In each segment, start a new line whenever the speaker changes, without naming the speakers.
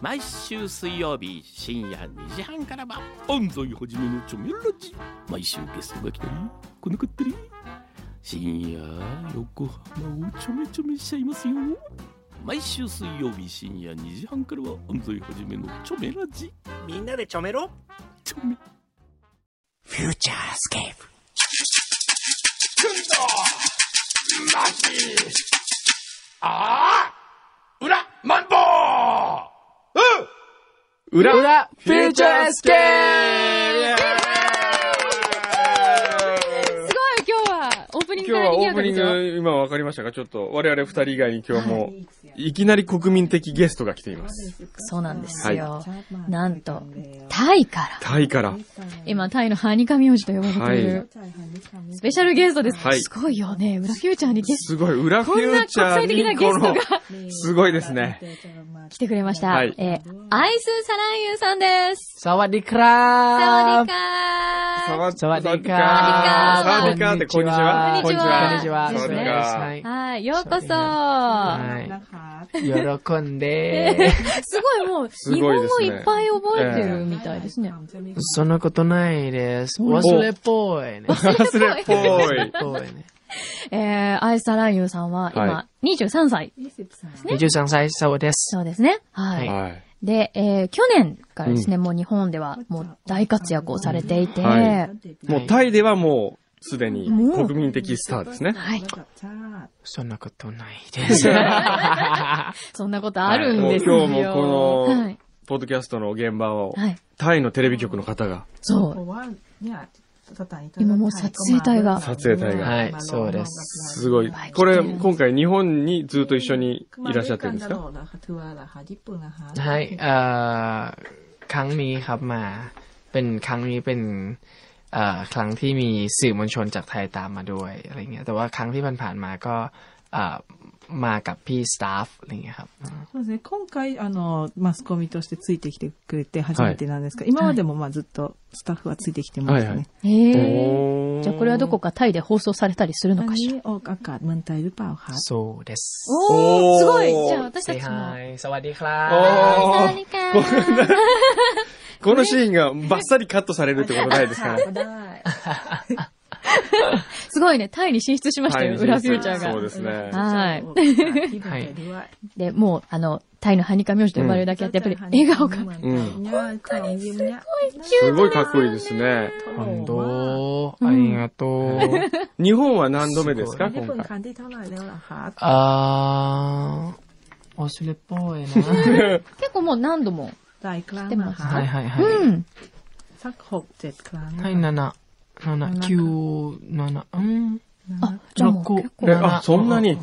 毎週水曜日深夜2時半からは安西はじめのチョメラジ毎週ゲストが来たり来なかったり深夜横浜をちょめちょめしちゃいますよ毎週水曜日深夜2時半からは安西はじめのチョメラジ
みんなでちょめろ
チョメ
フューチャースケープ
裏、裏、フューチャースケー
すごい今日はオープニン
今日
グから
はオ
賑
ー
やか
プニ
で
ン
すよ
グ、今わかりましたかちょっと、我々二人以外に今日も、いきなり国民的ゲストが来ています。
そうなんですよ。
はい
なんと、タイから。
タイから。
今、タイのハニカミ王子と呼ばれている、スペシャルゲストです。
はい
すごいよね。裏フューチャーにゲス
すごい、裏フ
ト、こん
ュー
な国
チャー
際的な
に
ゲ
こ
スト
の
が、
すごいですね。
来てくれました。
はい
えーアイスサランユーさんです。
サワディク
サワ
ラー
ディカー。
わ
サワディカー
サワディカーって、こんにちは。
こんにちは
こんにちは。
サワディカ
い。
はい、ようこそ。
はい。喜んで。
すごいもう、
す
日
ごい
本
で
語
すね
いっぱい覚えてるみたいですね。
そんなことないです。忘れっぽいね。
ー。忘れっぽい。
ぽいね。
えー、アイスサランユーさんは
は
今、23歳。
23歳、サワです。
そうですね。はい。
はい。
で、えー去年からですね、もう日本ではもう大活躍をされていて、
はもう
イ
タイではもう、すでに国民的スターですね。
はい。
そんなことない です。は
そんなことあるんですよ。
はいもう今日もこの
はい。
ポッドキャストの現場を、
はい。
タイのテレビ局の方が、
そう。今もう撮影隊が
撮影隊が
い、そうです。
すごい。これ、今回日本にずっと一緒にいらっしゃってるんですか
はい、เอ่อครั้งนี้ครับมา เป็นครั้งนี้เป็นเอ่อครั้งที่มีสื่อมวลชนจากไทยตามมาด้วยอะไรเงี้ย แต่ว่าครั้งที่ผ่านๆมาก็เอ่อมากับพี่สตาฟอะไรเงี้ยครับ
そうですね。今回、あの、マスコミとしてついてきてくれて初めてなんですが、今までもまあずっとスタッフはついてきてましたね。
はいはい
へえ。
おー
じゃあこれはどこかタイで放送されたりするのかしら。
何を書か、ムンタイルパーハ
そうです。
お
おー
ー、すごいじゃあ私た
Say
ちも。
hi สวัสดีครับ
おー
サラリカー
このシーンがバッサリカットされるってことないですから。
すごいね、タイに進出しましたよ、
タイ
裏
に
フ
進出
ューチャー
そうで
が。
すね
はい
はい。
で、もう、あの、タイのハニカ名字と呼ばれるだけあって、やっぱり笑顔が。
うん。
す
すごいかっこいいですね。
本当ありが とう。
日本は何度目ですか
日
今
本
回。
感じたないよな。
あー、忘れっぽいな。
結構もう何度も。
大クラ
来てます
はいはいは
う
い。
ん。
さほ7クラ
はい、7、7、9、7、うん。
あ、じゃあもう
六
結構
え、あ、そんなに。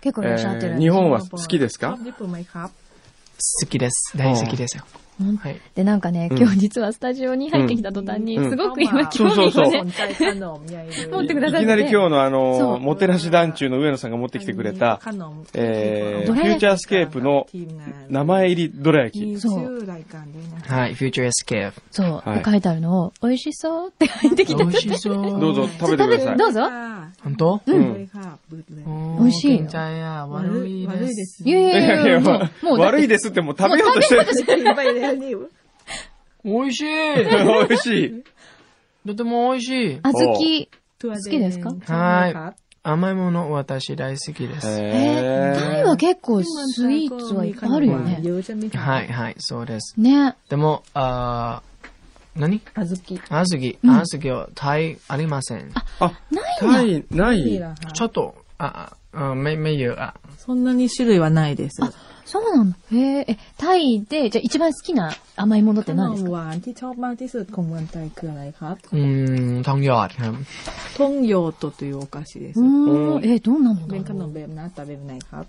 結構い
え
らっしゃってる。
ー日本は好きですか
好きです。大好きですよ。
うん
はい。
で、なんかね、
うん
今日実はスタジオに入ってきた途端に、
うん
すごく今興
そうそう
味
そ
を
う
ね、持ってく
い
ださっ
き
て。
なり今日のあ
そ
の、
う
もてなし団中の上野さんが持ってきてくれた、えー、
ど
フ
ら
ュ
焼
ー
き
チャースケープの名前入りどら焼き。
そう。
はい、Future Escape。
そう、
はい
書いてあるのを、美味しそうって入ってきた。
美味しそう。
どうぞ食べてください。
どうぞ。
本当
うん。
美味しいよ
おー緊張や、悪い
悪い
で。
ですす。
いやい
いや
や
い
い
や、
や、
も
もう、も
う、
うだって
悪いですってもう食べようとしてる。
美味しい
美味しい。
とても美味しい。
小豆、
好
きですか
は甘いもの、私大好きです。
えー、タイは結構スイーツはいっぱいあるよね。
はいはい、そうです。
ね。
でも、あー、何
小
あずき、あずきはタイありません。
あ、ないない。
豆。
ちょっと、あ、あ、うんめ、めゆ、あ、
そんなに種類はないです。
そうなんだ。へえ、え、タイで、じゃあ一番好きな甘いものって
ขน
何です
ม
か
หวานที่ชอบมากที่สุดของเมืองไทยคืออะไรครับ
うーん、トンギョアル。
ทงโยโตというお菓子です
う。ーん、え、どんなも
เป็นขน
の
มแบบหน้าตาแบบไหนครับ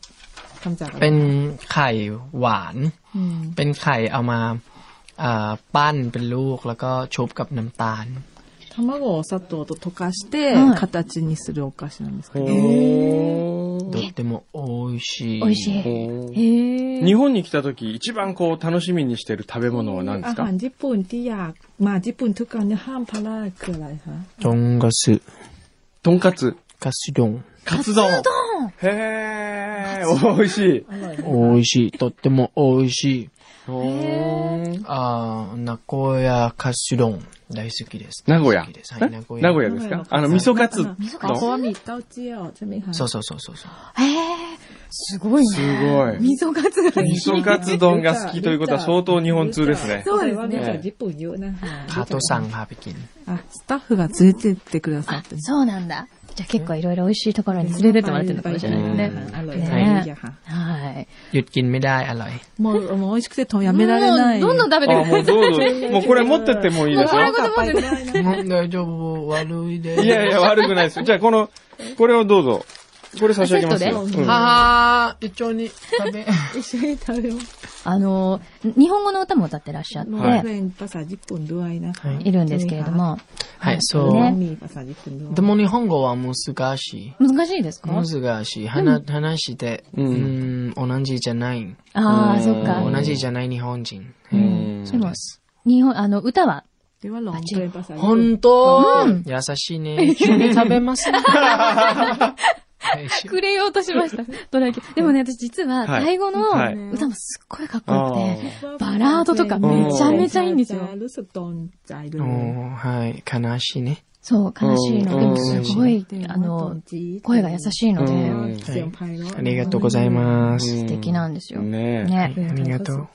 ทำจากอะไร
เป็นไข่หวาน
อืม
เป็นไข่เอามาอ่าปั้นเป็นลูกแล้วก็ชุบกับน้ำตาล
卵を砂糖と溶かして
はい
形にするお菓子なんですけど。
とっても美味しい。
美味しい。へえ。
日本に来た時、一番こう、楽しみにしてる食べ物は何で
อา
すか
หารญี่ปุ่นที่อยากมาญี่ปุ่นทุกครั้งเนี่ยห้ามพลาดคืออะไรคะ
จงกัสึ
とんかつ。
กัสึดง
カツ丼。
ド
へー、美味しい。
美味しい。とっても美味しい。
おー
あー名古屋カツ丼大好きです。
名古屋
大好きですはい、名古屋。
名古屋ですかあの、味噌カツ丼。
味噌カ
こ
ツ
こは見たうちよ。ちょみは
そうそうそうそうそう。
ええすごいね。
すごい
味噌カツが
味噌カツ丼が好きということは相当日本通ですね。
そうで
ね
す
ね。ญี่ปุ่นเยอะนะคะ
カトさんがไปกิน。
あ、スタッフが連れてってくださって。
そうなんだ。じゃあ結構いろいろ美味しいところに連れてってもらってるのかもしれないですね。
あの
ね
いやは
はい。
หยุดกินไม่ได้ อร่อย
もう、もう美味しくてとやめられない。
もうどんどん食べて
あ、もう
くだ
どうぞ。もうこれ持ってってもいいです よ。
うん大丈夫、悪いです。
いやいや、悪くないですよ。じゃあ、この、これをどうぞ。これ差し上げますよ。
セ
うん
あー、一緒に食べ。
一緒に食べよう。
さい。あの、日本語の歌も歌ってらっしゃっ
もう、
て
全パサ10分ドアイな。
いるんですけれど。も、
はい、そう。
ね
ミーパサ10分ドアイ。
でも日本語は難しい。
難しいですか
難しい。話話して、うん、同じじゃない。
ああ、そっか。
同じじゃない日本人。
うん
でも、日本、あの、歌は、
では、ロングパサ10分
本当、優しいね。一緒に食べ ます。
くれようとしました。どら焼き。でもね、私実は、
はい
タイ語
はい
の歌もすっごいかっこよく
あ
て、バラードとかめちゃめちゃいいんですよ。
ルストンジャイル
おーはい、悲しいね。
そう、悲しいの。でも
うん
すごい、あの、声が優しいので、
うん
ありがとうございま
う
す。
ん
素敵なんですよ。ね。
ね
はいありがとう。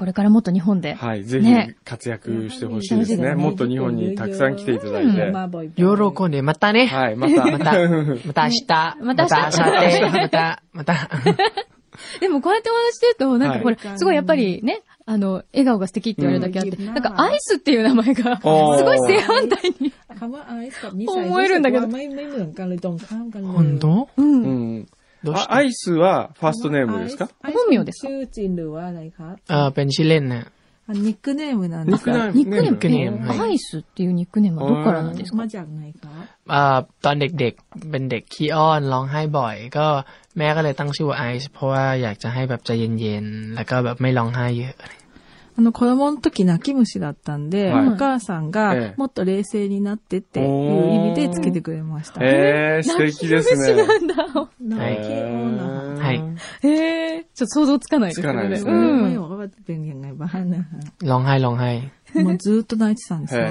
これからもっと日本で
え。。はい。ぜひ
ね、
活躍してほしいです
してほしいで
ね。
すね
もっと日本にたくさん来ていただいて。
喜んで、またね。
はい。ま た。
また、
ま
また明日。
た明日
明後日また、また。
でもこうやってお話してると、なんかこれ、
はい
すごいやっぱりね、あの、笑顔が素敵って言われるだけあって、
う
な
ん
んかアイスっていう名前が、す
おー
ごい正反対に。思えるんだけど
本当
う。
うんん。
どうし
あ
た
アイスはファーストネームですか
本名ですか
ชื่อจีนหรือว่าอะไรครับ
เออเป็นชื่อเล่นนะ
あニックネームなんで
ニッ
す
クネ
か
ーム
ニックネームっ
ニックネーム
て、
はい
アイスっていうニックネームはどっからなんですか
มาจากไหนครับ
เอ่อตอนเด็กๆ เป็นเด็กขี้อ้อนร้องไห้บ่อย ก็แม่ก็เลยตั้งชื่อว่าไอซ์เพราะว่าอยากจะให้แบบใจเย็นๆ แล้วก็แบบไม่ร้องไห้เยอะ
あの、子供の時泣き虫だったんで、
はい
お母さん
ええ
がもっと冷静になってっていう意味でつけてくれました。
えー、素敵です ね。
泣き女は
はい
へえ、ちょっと想像つかないですけど
つかないで
ね。
す
う
ね
ไม่
ん。
บอกว่าเป็นยังไงบ้างนะคะ
ร้องไห้ร้องไห้
もうずっと泣いてたんですよ。
へ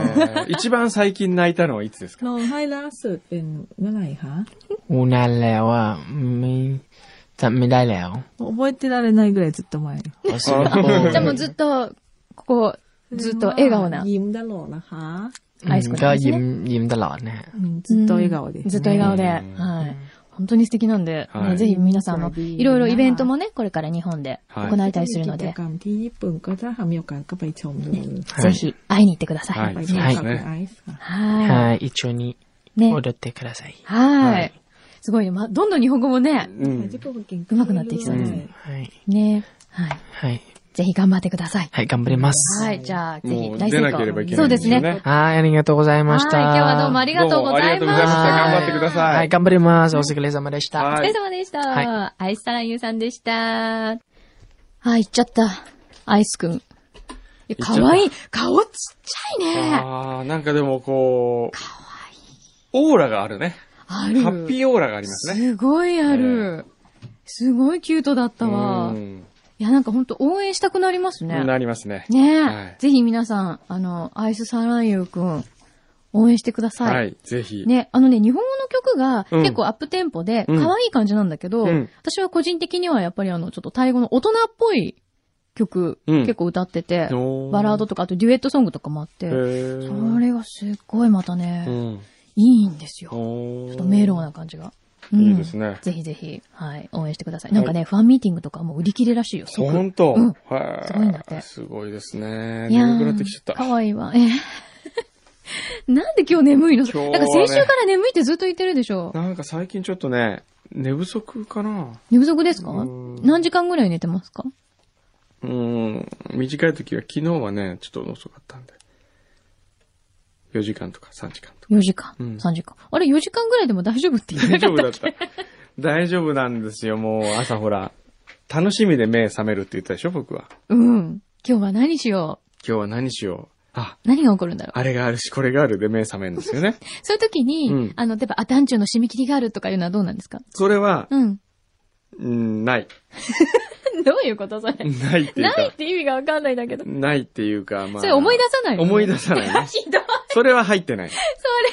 ー一番最近泣いたのはいつですか
น้องให้ล่าสุดเป็นเมื่อไหร่คะ
อูนานแล้วอ่ะไม่จำไม่ได้แล้ว
覚えてられないぐらいずっと前よ
อ๋อสิงคโปร์
じゃあもうずっと、ここ、ずっと笑顔な
ยิ้มตลอดนะคะ
อืมก็ยิ้มยิ้มตลอดนะฮะ
うんずっと笑顔で
ず
す
っ。と笑顔で。はい。本当に素敵なんで、
はい
ねぜひ皆さん
う
も、
ん
いろいろイベントもね、これから日本で
はい
行われたりするので
กิจ、กรรมที่ญี่ปุ่นก็ถ้าหากมีโอกาสก็ไปชมดู
は
ぜ
い
ひ会いに行ってくださ。
はいい
ไป。
そうで
ดูครั
す
บ
ね。
ไอซ์ค่ะ
は
はい一緒に
い。ね。
踊ってください
はーい。すごいよ。ま、どんどん日本語もね、
うん。
ญี่ปุ่นเก่ง
うまくなっていきそうですね。
はい
ね。はい。
はい
ぜひ頑張ってください。
はい頑張ります
はい。じゃあ、ぜ
も
ひ
う
大
出
成
なければい
功。
け
そ
な
う
い
で
ですすよね。
ね。
はいありがとうござい
は
ま
い。
し
今
た
日はどうもありがとうござい
どうもありがとうございま
ま
し
す
た。頑張ってください
はい頑張りますお疲れ様でし
お
た
疲
は
れ
い。
様でした。
は
アイスサランユーさんでした。あ、行っちゃった。アイスくん。いや、
行
か
っちゃった
わいい。顔ちっちゃいね。
あー、なんかでもこう、オーラがあるね。
ある。
ハッピーオーラがありますね。
すごいある。すごいキュートだったわ
う。ん
いや、なんかほんと応援したくなりますね。
なりますね。
ねえ、
はい
ぜひ皆さん、あの、アイスサランユーくん、応援してください。
はい。ぜひ。
ね、あのね、日本語の曲が
うん
結構アップテンポで、
うん
可愛い感じなんだけど、
うん
私は個人的にはやっぱりあの、ちょっとタイ語の大人っぽい曲、
うん
結構歌ってて、
おー
バラードとか、あとデュエットソングとかもあって、
へ
そ
ー
れがすっごいまたね、
うん。
いいんですよ。
お
ちょっ
ー
と迷路な感じが。うん
いいですね。
ぜひぜひ、はい、応援してください。なんかね、ファンミーティングとかもう売り切れらしいよ、即。
ほんと
うん。すごいんだっ
は
て
い。すごいですね。
いや
眠くなってきちゃっ
ー、
た。
かわいいわ。えー なんで今日眠いの、
今日は
なん
ね
か先週から眠いってずっと言ってるでしょ。
なんか最近ちょっとね、寝不足かな。
寝不足ですか
うん
何時間ぐらい寝てますか
うん。短い時は昨日はね、ちょっと遅かったんで。4時間とか3時間とか。
?4 時間、
うん
3時間。あれ、4時間ぐらいでも大丈夫って言って
大
なか
丈
っ
夫
た
だった。大丈夫なんですよ、もう朝ほら。楽しみで目覚めるって言ったでしょ、僕は。
うん。今日は何しよ
今日は何しよう。あ、
何が起こるんだろう。
あれがあるし、これがあるで目覚めるんですよね。
そういう時に、
うん
あの、例えば、あ、団中の締め切りがあるとかいうのはどうなんですか
それは、
うん。
うん、ない。
どういうことそれ。
ないっていう
ない
か
っ、て意味がわかんないんだけど。
ないっていうか、まあ。
それ思い出さないの
思い出さないね
ひどい。
それは入ってない。
そ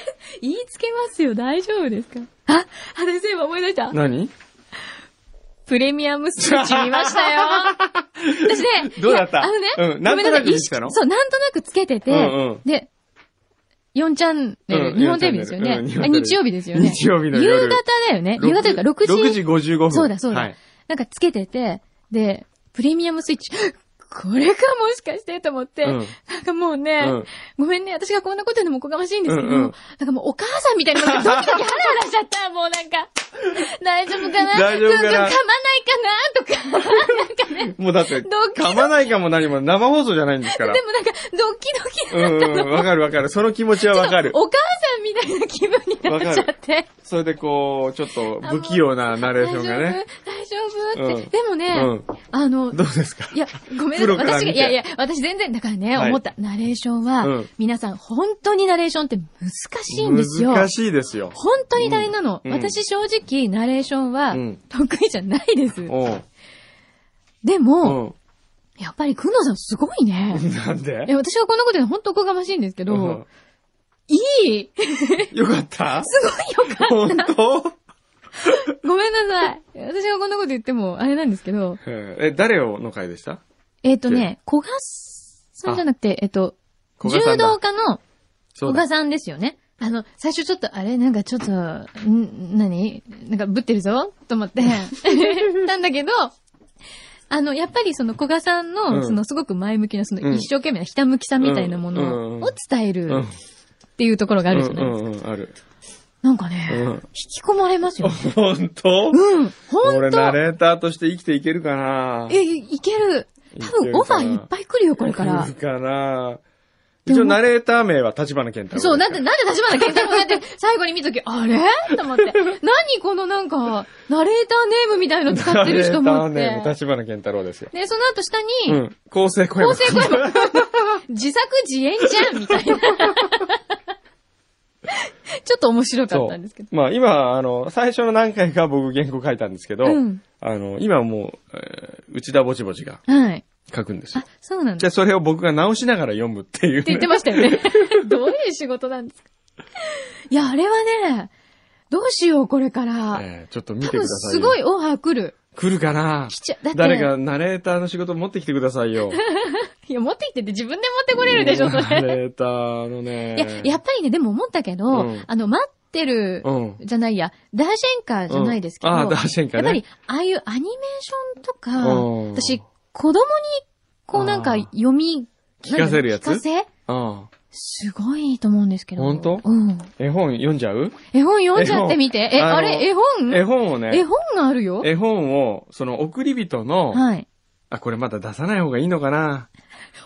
れ、言いつけますよ。大丈夫ですかあ、あれ全部思い出した。
何
プレミアムスピーチ見ましたよ。 私ね、
どうだった
いやあのね、
うんなんとなく
ごめん
見て
なさ
た
い
の
意識そう、なんとなくつけてて、
うんうん
で、4チャンネル、
うん
日本テレビですよね。
4チャンネ
あ
ルうん
日曜日ですよね。
日曜日の夜
夕方だよね。夕方というか6時。
6時55分。
そうだそうだ、
はい。
なんかつけてて、で、プレミアムスイッチ、 これかもしかしてと思って、
うん
なんかもうね、
うん
ごめんね、私がこんなこと言うのもおこがましいんですけど、
うんうん
なんかもうお母さんみたいなのがドキドキハラハラしちゃった、もうな んか。大丈夫かな
大丈夫かな
ずんずん噛 まないかなとか、なんかね。
もうだって、
ドキドキ
噛まないかも何も生放送じゃないんですから
で。もなんか、ドキドキ
うんうん、わかるわかる。その気持ちはわかる。
お母さんみたいな気分になっちゃって。
それでこう、ちょっと不器用なナレーシ
大
ョ
丈夫
ンがね。
大丈夫って、
うん
でもね、
うん
あの、
どうですか
いや、ごめん
プロ
な
か
さ
ら
い。私が、
見
い
て
やいや、私全然、だからね、
はい
思った。ナレーションは、
うん
皆さん、本当にナレーションって難しいんですよ。
難しいですよ。
本当に大変なの。
うん
私正直、ナレーションは
うん、
得意じゃないです。
おう
で
う
も、
ん。
やっぱり、くんのさんすごいね。
なん
い
で
や、私がこんなこと言うの本当おこがましいんですけど、
うん
いい す
よかった
ごいよかっ
本当
た。ごめんなさい。私がこんなこと言っても、あれなんですけど、
うんえ、誰をの回でした
えっ、とね、古賀さんじゃなくて、えっ、と、
古賀さ
柔
んだ
道家の、
そ
小
うだ
賀。さんですよね。あの、最初ちょっと、あれなんかちょっと、ん何なんかぶってるぞと 思って、たんだけど、あの、やっぱりその小賀さ
う
んの、
ん
そのすごく前向きな、そ
うん
の一生懸命なひたむきさみたいなも
うん
の
う
を
ん
伝え
う
る
ん。
っていうところがあるじゃ
う
ないですか。
んうんうん、ある。
なんか
うん
ね、引き込まれますよね。
本当
うん、ほ
俺
ん
ナ
と
レーターとして生きていけるかな
え、いける。多
いけるか
分
な
オファーいっぱい来るよ、これから
いる。かな
で
一
も
応ナレーター名は立花健太郎。
そう、なんで、なんで立花健太郎が やって、最後に見とき、あれと思って、何このなんか、ナレーターネームみたいの使ってる人も
ナレ
っ
ーター
て
名。立花健太郎ですよ。
で、その後下に、
うん。構成小
構
山
成
君。
声も、自作自演じゃんみたいな。ちょっと面白かったんですけど。
そう まあ今、あの、最初の何回か僕原稿書いたんですけど、
うん
あの、今もう、えー内田ぼちぼちが
はい。
書くんですよ
あ。、そうなんだ。
で、
って
それを僕が直しながら読むっていう、ね。
言ってましたよ ね。どういう仕事なんですかいや、あれはね、どうしよう、これから。
えーちょっと見て
多
くだ
分、
さい
す
よ
ごいオファー来る。
来るかな
来ちゃ、だって、
誰かナレーターの仕事持ってきてくださいよ。
いや、持ってきてって自分で持ってこれるでしょ、そ
ナ
れ。
レーターのね。
いや、やっぱりね、でも思ったけど、
うん
あの、待ってる、
うん
じゃないや、ダーシェンカーじゃないですけど、
うんあーダーシェンカーね
やっぱり、ああいうアニメーションとか、
うん
私、子供に、こうなん
あ
か
ー
読み、
聞かせるやつ
なんだろう聞かせ
うん。
すごいいいと思うんですけど。
ほんと
うん。
絵本読んじゃう
絵本読んじゃってみて。
絵
え、
本
あ
あの
れ、絵本
絵本を
絵
ね、
本があるよ。
絵本を、その、送り人の、
はい。
あ、これまだ出さない方がいいのかな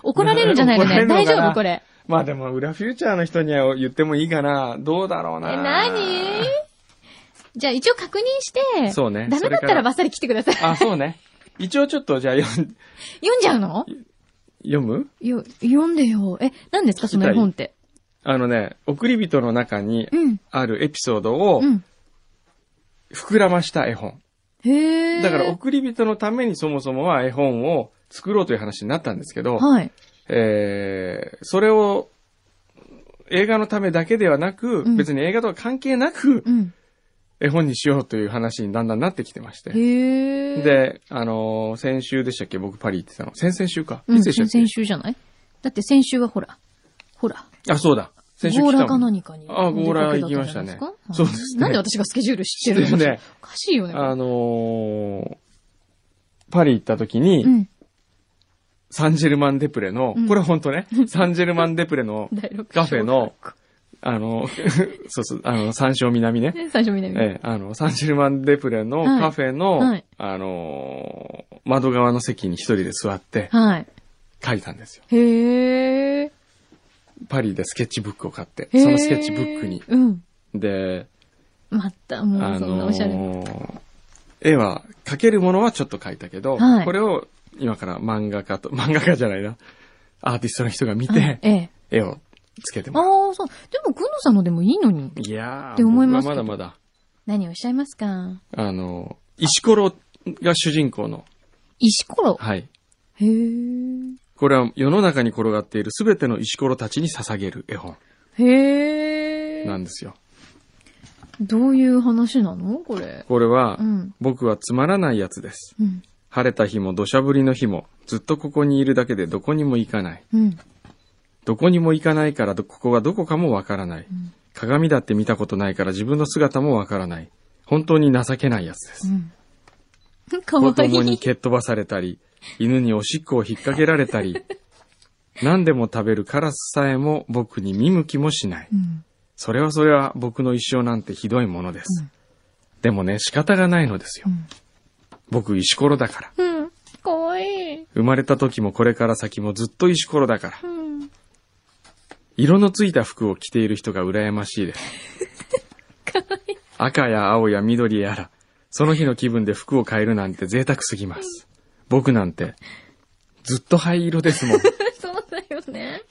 怒られるんじゃないか
怒られ
ね。
るのか
大
な
丈夫これ。
まあでも、裏フューチャーの人には言ってもいいかなどうだろう
え、
な
何じゃあ一応確認して、
そうね
ダ
そ
メだっ
れか
た
ら
らバッサリ来てください。
あ、そうね。一応ちょっと、じゃあ、読ん
読んじゃうの
読む
よ、読んでよ。え、何ですかその絵本って。
あのね、送り人の中に
うん。
あるエピソードを
うん。
膨らました絵本。
へえ。
だから、送り人のためにそもそもは絵本を作ろうという話になったんですけど、
はい。
えー、それを、映画のためだけではなく、
うん
別に映画とは関係なく
う、ん。
絵本にしようという話にだんだんなってきてまして。
へえ。、
で、あのー先週でしたっけ僕パリ行ってたの。先々週か。
う
い
ん、
つでしたっけ
先週じゃないだって先週はほら、ほら、
あ、そうだ。先週
ゴ
来た
ーラ
も
か
ん。
何かに。
あゴーラ行きましたね
出かけったじ
そう
ゃない
ですす
か
ね
なんで私がスケジュール知ってる
でも
の
ね
おかしいよね。
あのーパリ行った時に、
うん。
サンジェルマンデプレの、
うん
これ本当 ね、サンジェルマンデプレの
第六
カフェの
章、
あ の、そうそう、あの、三章南ね。
ね最初見ない
ええ、あの、サンジェルマンデプレの
はい
カフェの、
はい
あのー窓側の席に一人で座って
はい。
書いたんですよ。
へえ。
パリでスケッチブックを買って、
へー
そのスケッチブックに。
うん。
で、
また、もう、
あ
そんな
の
おしゃれ。
ー絵は、描けるものはちょっと描いたけど、
はい
これを今から漫画家と、漫画家じゃないな、アーティストの人が見
あ
て、
ええ。
絵をつけてもらう。
ああ、そう。でも、くのさんのでもいいのに。
いやー、
って思いますけ
僕
ど
はまだまだ、
何をおっしゃいますか
あの、石ころが主人公の、
石ころ。
はい。
へえ。
これは世の中に転がっているすべての石ころたちに捧げる絵本
へ
な
え。
んですよ。
どういう話なのこれ。
これは
う、ん。
僕はつまらないやつです。
うん。
晴れた日も土砂降りの日も、ずっとここにいるだけでどこにも行かない。
うん。
どこにも行かないからどここがどこかもわからない。鏡だって見たことないから自分の姿もわからない。本当に情けないやつです。
うん。か
子
わ
供
い
に
い。
蹴っ飛ばされたり、犬におしっこを引っ掛けられた り、何でも食べるカラスさえも僕に見向きもしない。
うん。
それはそれは僕の一生なんてひどいものです。でもね、仕方がないのですよ。
うん
僕石ころだから。
うん。かわいい。
生まれた時もこれから先もずっと石ころだから。
うん。
色のついた服を着ている人が羨ましいです。 赤や青や緑やら、その日の気分で服を変えるなんて贅沢すぎます。僕なんて、ずっと灰色です もん。
そうだよね。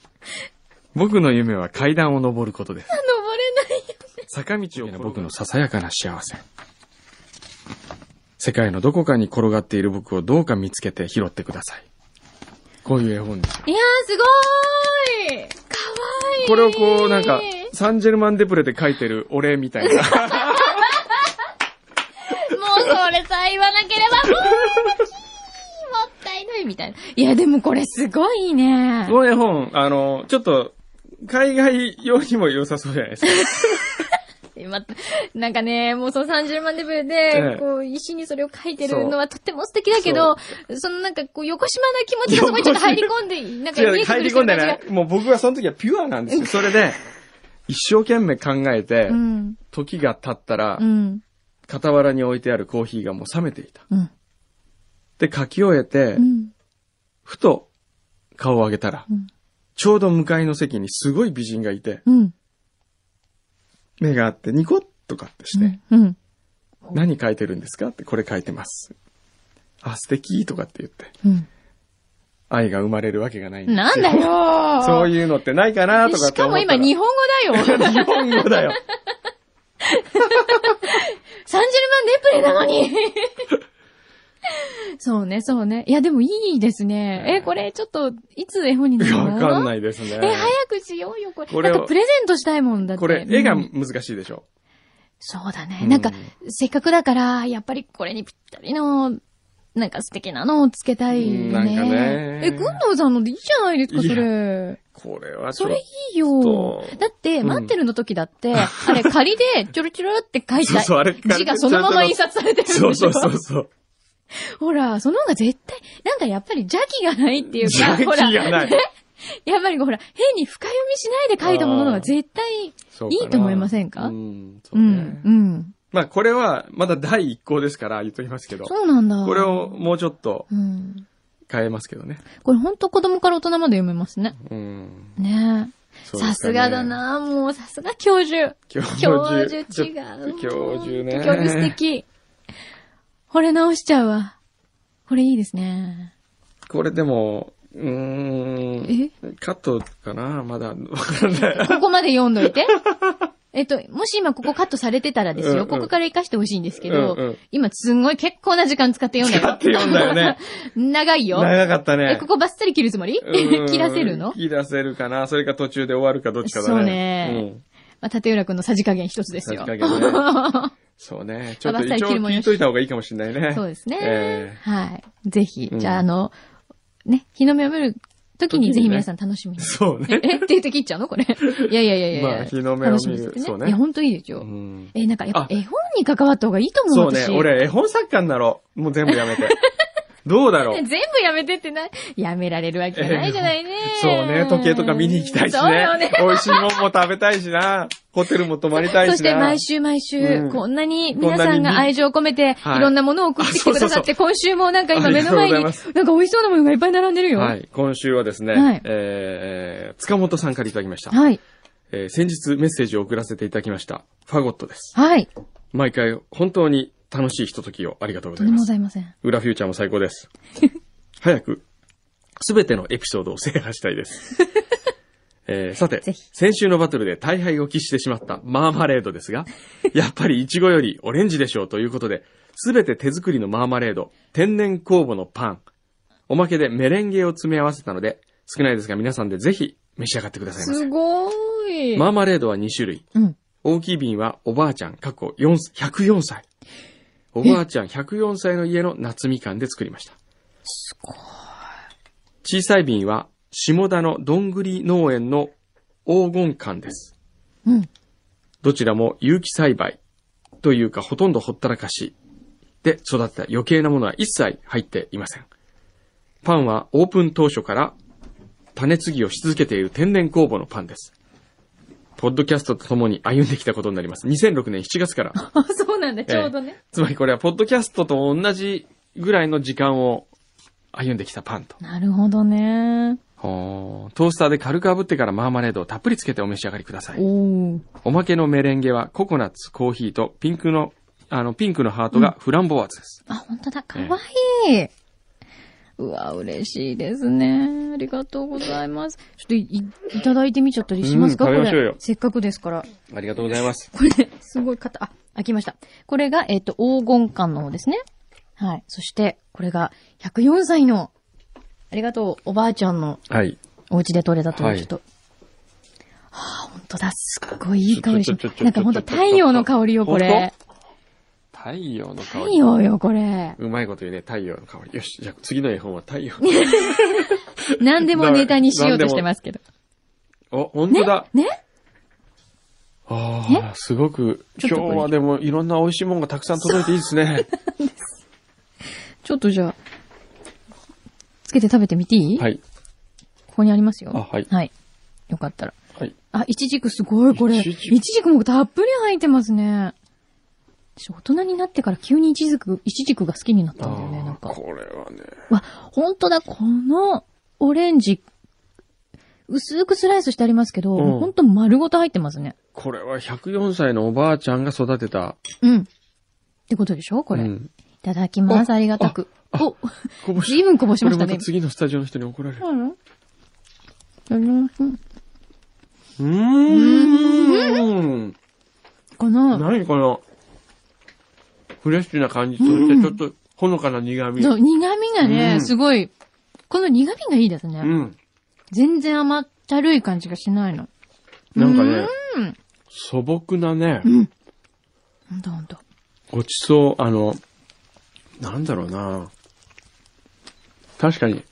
僕の夢は階段を登ることです。
登れないよ。
坂道を僕のささやかな幸せ。世界のどこかに転がっている僕をどうか見つけて拾ってください。こういう絵本ですよ。
いやー、すごーい。かわいい。
これをこう、なんか、サンジェルマンデプレで書いてるお礼みたいな。
もうそれさえ言わなければ、もうラッキーもったいないみたいな。いや、でもこれすごいね。
この絵本、あの、ちょっと、海外用にも良さそうじゃないです か。
また、なんかね、もうその30万デブ
ええ
で、こう、石にそれを書いてるのはとっても素敵だけど、そのなんかこう、横島な気持ちがそこにちょっと入り込んで、なんか見
違
え
う、
てく
入
る
り
人
込ん
の
で
感じが
な。い。もう僕はその時はピュアなんですよ。それで、一生懸命考えて
う、ん、
時が経ったら
う、ん、
傍らに置いてあるコーヒーがもう冷めていた。
うん、
で、書き終えて
う、ん、
ふと顔を上げたら
うん、
ちょうど向かいの席にすごい美人がいて、
うん、
目があってニコッとかってして、
うん。
何書いてるんですかって、これ書いてます。あ、素敵とかって言って、
うん
愛が生まれるわけがないんですよ
なんだよー
そういうのってないかなとかっ
してか
思
も
ったら
今日本語だよサンジェルマン
日本語だよ。
デプレな のにそうね、そうね。いや、でもいいですね。え、これちょっと、いつ絵本にないる
や
の
わかんないですね。
え、早くしようよ、これ。
これを
なんかプレゼントしたいもんだって。
これ、絵が
うん
難しいでしょ。
そうだ
う
ね。
ん
なんか、せっかくだから、やっぱりこれにぴったりの、なんか素敵なのをつけたいね。
なんかね
え、軍藤さんのでいいじゃないですか、
い
そ
や
れ。
これはちょ
そ
っ
れ
と
い。いよ
ちょっと。
だって、
うん
待ってるの時だ って、あれ仮で、ちょろちょろって書い
そう
た
そう、あれ
字がそのまま印刷されてるんでし
そ
ょ
うそうそうそう。
ほら、その方が絶対、なんかやっぱり邪気がないっていうか、ほ
邪
ら、
気がない
ね やっぱりほら、変に深読みしないで書いたもののが絶対
そう
いいと思いませんか
うん、そううね
ん、うん。
まあ、これは、まだ第一項ですから言っときますけど、
そうなんだ。
これを。もうちょっと
うん。
変えますけどね。
これほんと子供から大人まで読めますね。
うん。
ねえ。
そうですか
さす
ね
がだ。なもうさすが教授。
教
教
授。
授
ちょ
違う。
教授ね
教授素敵。惚れ直しちゃうわ。これいいですね。
これでも、うーん。
え
カットかなまだ、わ かんない。
ここまで読んど いて。えっと、もし今ここカットされてたらです
うんう
よ。
ん
ここから活かしてほしいんですけ
うんう
ど
ん、
今すんごい結構な時間使って読んだ
使っ
よ。
て読んだよね。
長いよ。
長かったね。
え、ここバッサリ切るつもり
うん
切らせるの
切らせるかな。それか途中で終わるかどっちかだね。
そうねまあ、縦浦くんのさじ加減一つ
う
で
ん。
すよ。
さじ加減 ねそうね。ちょっと一応聞いといた方がいいかもしれないね。
そうですね。
え
はい。ぜひ、
うん
じゃあ、あの、ね、日の目を見るとき
時に
に
ね
ぜひ皆さん楽しみ に
え。。そう ね。
えって言って切っちゃうのこれ。いやいやいやいや。
まあ日の目を見る
楽しみにしてて
そうね
いや、ほんといいです
う
よ。
ん
え、なんかやっ
あ
ぱ絵本に関わった方がいいと思
そ
う
うね。
私
俺、絵本作家になろう。もう全部やめ て。どうだろ
全
う。
部やめてってな、やめられるわけがないじゃないね。
そうね。時計とか見に行きたいし
そうよ
ね
ね。。
美味しいもんも食べたいしな。ホテルも泊まりたいしな。
そして毎週毎週、
うん
こんなに皆さんが愛情を込めて、
はい
いろんなものを送ってきてくださって、今週もなんか今目の
ありがとうご
前に、な
ざい
んか美味しそうなものがいっぱい並んでるよ。
はい。今週はですね、
はい
えー、塚本さんからいただきました。
はい。
えー先日メッセージを送らせていただきました。ファゴットです。
はい。
毎回本当に楽しいひとときをありがとうご
と
ざい
んでも
ま
ご
す。
ざいません。
裏フューチャーも最 高です。 早く、すべてのエピソードを制覇したいです。えーさて
ぜひ、
先週のバトルで大敗を喫してしまったマーマレードで すが、やっぱりイチゴよりオレンジでしょうということで、すべて手作りのマーマレード、天然酵母のパン、おまけでメレンゲを詰め合わせたので、少ないですが皆さんでぜひ召し上がってくださいませ。
すごーい。
マーマレードは2種類。
うん
大きい瓶はおばあちゃん、過去4 104歳。おばあちゃん104歳の家の夏みかんで作りました。
すごい。
小さい瓶は下田のどんぐり農園の黄金館です。
うん
どちらも有機栽培というかほとんどほったらかしで育った余計なものは一切入っていません。パンはオープン当初から種継ぎをし続けている天然酵母のパンです。ポッドキャストと共に歩んできたことになります。2006年7月から。
あ、そうなんだ、ちょうどね。
つまりこれはポッドキャストと同じぐらいの時間を歩んできたパンと。
なるほどね。
ほートースターで軽く炙ってからマーマレードをたっぷりつけてお召し上がりください。
おー。
おまけのメレンゲはココナッツ、コーヒーとピンクの、あの、ピンクのハートがフランボワーズです。
あ、本当だ、かわいい。うわ、嬉しいですね。ありがとうございます。ちょっとい、いいただいてみちゃったりしますか、
うん食べまし
こ
ょうよ
れ。せっかくですから。
ありがとうございます。
これ、すごい硬、あ、開きました。これが、えっ、と、黄金館の方ですね。はい。そして、これが、104歳の、ありがとう、おばあちゃんの
はい。
お家で取れたとい
は
う、
い
ちょっと。はあ、本当だ、すっごいいい香りしま
ちょちょちょち
す。
ょ
なんか本当太陽の香りよ、これ。
太陽の香
太
り。
陽よ、これ。
うまいこと言うね、太陽の香り。よし、じゃあ次の絵本は太陽。
何でもネタにしようとしてますけど。
お、本当だ。
ね
ああ、すごく、
ちょ
今
っと
日
これ
はでもいろんな美味しいものがたくさん届いていいですね。
ちょっとじゃあ、つけて食べてみていい、
はい。
ここにありますよ。
あはい
よかったら。
はい。
あ、いちじくすごい、これ。
い
い
ち
ち
じく
じくもたっぷり入ってますね。私、大人になってから急にいちじく、いちじくが好きになったんだよね、なん
あー
か。
これはね。
わ、ほんとだ、このオレンジ、薄くスライスしてありますけど、
うん
ほんと丸ごと入ってますね。
これは104歳のおばあちゃんが育てた。
うん。ってことでしょこれ、
う
い
ん
ただきます、ありがたく。お、
こぼし
随分こぼし
こ
ま
れ
した
ま
ね。
た次のスタジオの人に怒られる。
今うんいただきます
うーん。
この、
何この、フレッシュな感じとして、ちょっと、ほのかな苦味。
そう、苦味がね、
うん
すごい、この苦味がいいですね。
うん。
全然甘ったるい感じがしないの。
なんか
う
ね
ん、
素朴なね、
ほんとほんと。
ごちそう、あの、なんだろうな確かに、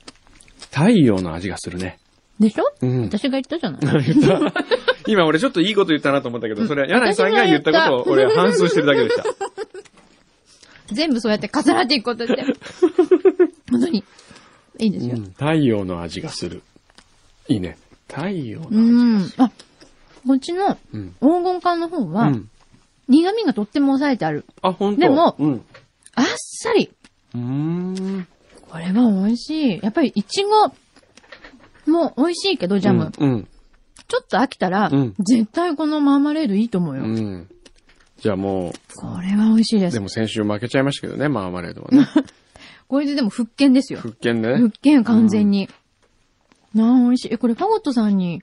太陽の味がするね。
でしょ、
うん。
私が言ったじゃない
言った。 今俺ちょっといいこと言ったなと思ったけど、それは柳井さんが言ったことを俺反芻してるだけでした。
全部そうやって重なっていくこ とって。本当に。いいですよ。
うん太陽の味がする。いいね。太陽の
う
味。
ん。あ、こっちの
うん。
黄金缶の方
う
は、
ん。
苦味がとっても抑えてある。
あ、本当
でも
うん。う
あっさり。
ーん。
これは美味しい。やっぱりイチゴも美味しいけど、ジャム。
うん。
ちょっと飽きたら、
うん
絶対このマーマレードいいと思う
う
よ。
ん。うんじゃあも
これは美味しいで
う、
す
で。も先週負けちゃいましたけどね、マーマレードはね。
これででも復権ですよ。
復権でね
復。権完全に。なあ、美味しい。え、これファゴットさんに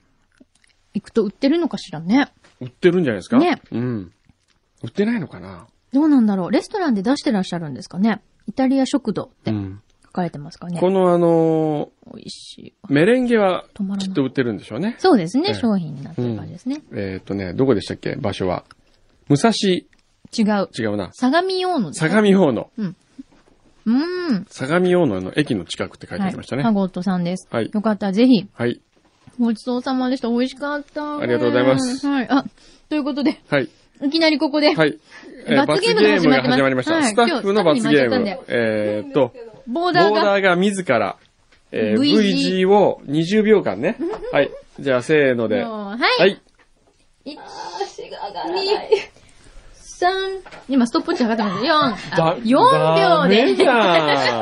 行くと売ってるのかしらね。
売ってるんじゃないですか
ね。
うん。売ってないのかな
どうなんだろう。レストランで出してらっしゃるんですかね。イタリア食堂っ
う
て
ん。
書かれてますかね。
このあの
美味しい。
ー、メレンゲは
止まら
きっ
な
と
い。
売ってるんでしょうね。
そうです
ええ
ね。商品になってる感じですね。
えっとね、どこでしたっけ場所は。武蔵、違
違う。
うな。
相模用のですね
相模大野。
うん。
相模大野の駅の近くって書いてありましたね
はい。ファ。ゴットさんです。
はい
よかったらぜひ、
はい。
ごちそうさまでした。美味しかった。
ありがとうございます
はい。あ、ということで、
はい。
いきなりここで、
はい。えー
罰ゲームが始まって
罰ゲーム
ます
が始まりました。
はい
スタッフの罰ゲー
今
ム
日スタッフに負け。
えーっと、
ボ
ボ
ー
ー
ダーが、
ダーが自ら、えー
V 字
V 字を20秒間ね。はい。じゃあ、せーので。は
もうはい。
い。
一、二、三、今ストップウォッチ測ってます。
だ
四、あ、4秒
ダメじ
で、
ゃん。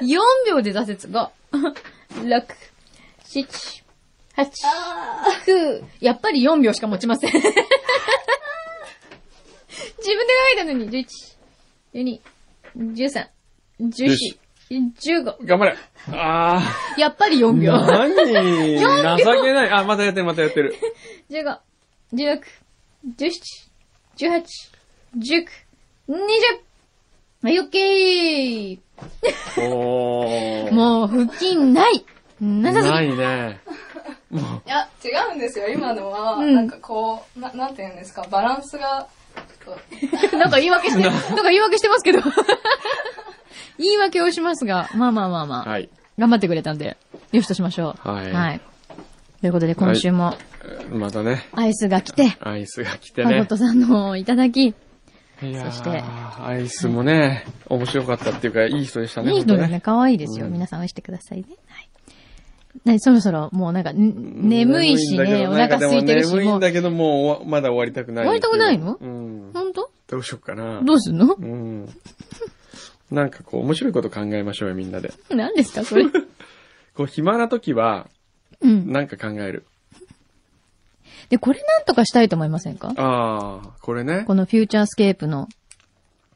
4秒で挫折。5、6、7、8、9。やっぱり4秒しか持ちません。 自分で書いたのに、11、12、13、14、 15。
頑張れ。あ
やっぱり
ー。
4秒。
何情けない。あ、またやってる、またやって る。
15、16、17、18、19、20! はい、オッケ
お
ー
ー。
もう、腹筋ないなさすぎ
ないね。も
いや、違うんですよ。今のは、
うん
なんかこう、ななんて言うんですか、バランスが、ちょっと
なんか言い 訳して、なんか言い訳してますけど。 言い訳をしますが、まあまあまあま
う。
あ、
はい。
頑張ってくれたんで、よしとしましょう。
はい
ということで、今週も
またね、
アイスが来て、
アイスが来て
マゴッ
ね。
トさんのをいただき、い
いやー
そして
アイスもね、面白かったっていうか、いい人でしたね。
い人ですね。可愛いですよ。
うん
皆さん愛してくださいね。はい。ね、そろそろ、もうなんか、ん眠いしね、お腹空いてるし、
もう。でも
もう
眠いんだけど、もう終わまだ終わりたくない。
終わりたくないの
うん。
本当
どうしようかな。
どうすんの
うん。なんかこう、面白いこと考えましょうよ、みんなで。
何ですか、そ れ。
こう、暇な時は、
うん。
なんか考える。
で、これなんとかしたいと思いませんか
ああ、これね
こ。のフューチャースケープの、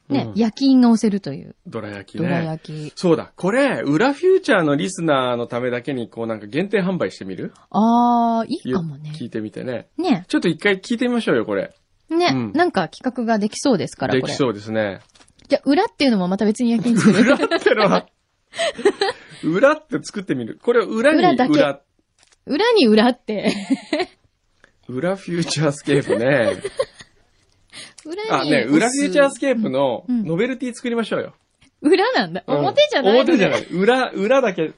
ね、
うん
夜勤が押せるという、
どら焼き
ど
ね。
ら焼き。
そうだ。これ、裏フューチャーのリスナーのためだけに、こうなんか限定販売してみる
あー、いいかもね。
聞いてみてね。
ね、
ちょっと一回聞いてみましょうよ、これ。
ね、
うん
なんか企画ができそうですから、
で
こ
き
れ。
そうですね。
じゃあ、裏っていうのもまた別に夜勤作る。
裏ってのは、裏って作ってみる。これを裏に
裏だ
裏、
け
裏
裏に裏って。
フューチャースケープね。
裏
あ、
に。
ね、裏フューチャースケープの
うん
ノベルティ作りましょうよ。
裏なんだ。表じゃない、
うん表じゃない。裏、裏だけ、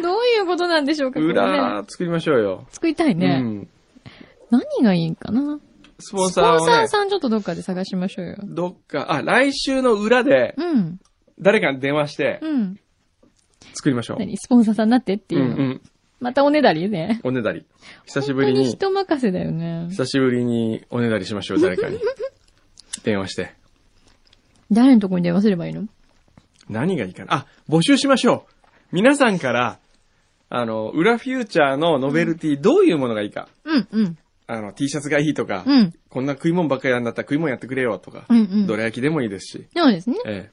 どういうことなんでしょうか、これね。
裏作りましょうよ。
作りたいうね。
ん。
何がいいんかな
スポン
スポ
サー
ン
を
サー
ね、
さんちょっとどっかで探しましょうよ。
どっか、あ、来週の裏で
うん。
誰かに電話して
うん。
作りましょう。
何スポンサーさんになってっていうの。
うんうん。
またおねだりね。
おねだり。久しぶ
本当
り
に
に、
人任せだよね。
久しぶりにおねだりしましょう、誰 かに。電話して。
誰のとこに電話すればいいの
何がいいかな。あ、募集しましょう。皆さんから、あの、裏フューチャーのノベルティ、どういうものがいいか。
うん、うん。
あの、T シャツがいいとか、
うん。
こんな食い物ばっかりやんだったら食い物やってくれよとか、
うん、うん。
どら焼きでもいいですし。
そうですね。
ええ。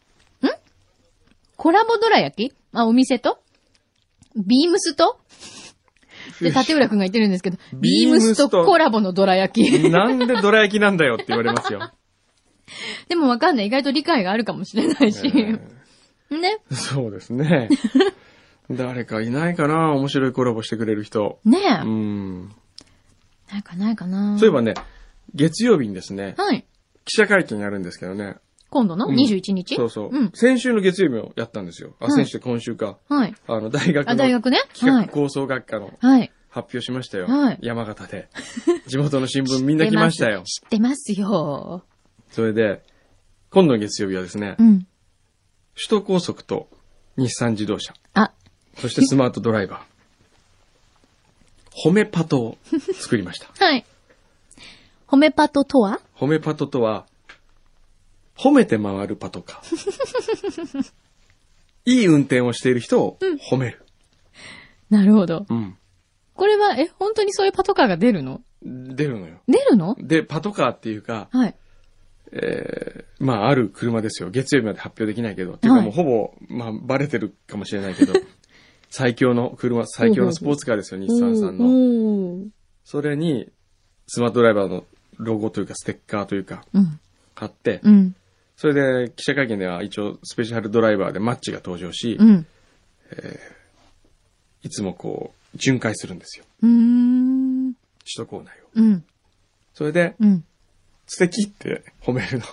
コラボどら焼きあ、お店とビームスとで、立浦くんが言ってるんですけど、ビ
ビー
ーム
ム
ス
スと
とコラボのどら焼き。
なんでどら焼きなんだよって言われますよ。
でもわかんない。意外と理解があるかもしれないし。
え
ね。
えそうですね。誰かいないかな面白いコラボしてくれる人。
ねえ。
うん。
ないかないかな。
そういえばね、月曜日にですね、
はい。
記者会見やるんですけどね。
今度の
うん
21日
そうそう。
うん。
先週の月曜日をやったんですよ。
う
あ、
ん
先週って今週か。
はい。
あの、大学
あ、
の
大学ね。は
企画
い。
構想学科の
はい。
発表しましたよ。
はい
山形 で。地元の新聞みんな来ましたよ。
知ってます知ってますよ。
それで、今度の月曜日はですね、
うん。
首都高速と日産自動車、
あ、
そしてスマートドライバー、褒めパトを作りま した。
はい。褒めパトとは
褒めパトとは、褒めて回るパトカー。 いい運転をしている人を褒める。
なるほど。
うん。
これは、え、本当にそういうパトカーが出るの
出るのよ。
出るの
で、パトカーっていうか、
はい。
えーまあ、ある車ですよ。月曜日まで発表できないけど。っていうかもうほぼ、まあ、バレてるかもしれない けど、最強の車、最強のスポーツカーですよ、日産さんの。
おー
それに、スマートドライバーのロゴというか、ステッカーというか、
うん。
買って、
うん。
それで記者会見では一応スペシャルドライバーでマッチが登場し、
うん。
いつもこう、巡回するんですよ。
うーん。
首都構内を。
うん。
それで、
うん。
素敵って褒めるの。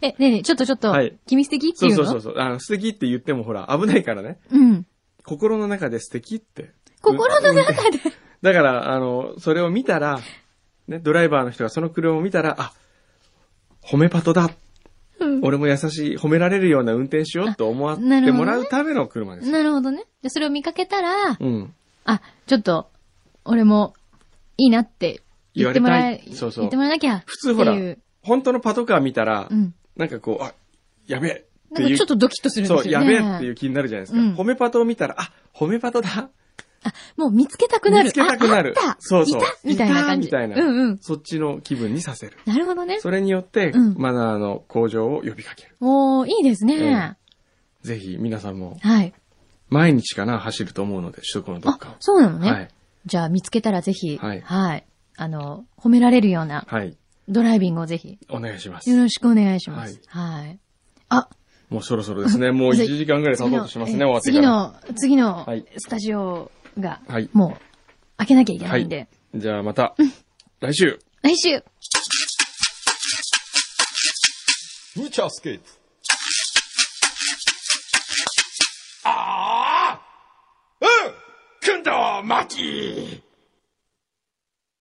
え、ねえねえ、ちょっとちょっと、
はい
君素敵って
そ
いううの
そうそうそう。あの、素敵って言ってもほら、危ないからね。
うん。
心の中で素敵って。
心の中で、
だから、あの、それを見たら、ね、ドライバーの人がその車を見たら、あ、褒めパトだ。
うん
俺も優しい、褒められるような運転しようと思わってもらうための車です。
なるほどね。で、それを見かけたら、
うん。
あ、ちょっと、俺も、いいなって、言ってもら
言われ
え
たいそうそう
言ってもらわなきゃ。
普通ほら
っていう
本当のパトカー見たら、
うん。
なんかこう、あ、やべえっ
な
て
ん
い
か
う。
ちょっとドキッとするんですよね。
そう、やべえっていう気になるじゃないですか。
うん
褒めパトを見たら、あ、褒めパトだ。
もう見つけたくなる。
見つけたくなる
ああった
そうそう
いたみたいな感じ。
いたみたいな
うんうん。
そっちの気分にさせる。
なるほどね。
それによって、
うん
マナーの向上を呼びかける。
おー、いいですね。
ぜひ皆さんも、
はい。
毎日かな、走ると思うので、首都高のどっかを
あ、。そうなのね。
はい。
じゃあ見つけたらぜひ、
は
はいい、あの、褒められるような
はい。
ドライビングをぜひ、
お願いします。
よろしくお願いします。はい。あ、
もうそろそろですね。もう1時間ぐらい経
次
とう
の
としますね、終わってか
次
ら。
の、次の
はい
スタジオが、
はい
もう、開けなきゃいけないんで、
じゃあまた、来週
来週
フューチャースケープ
ああうんくんどまき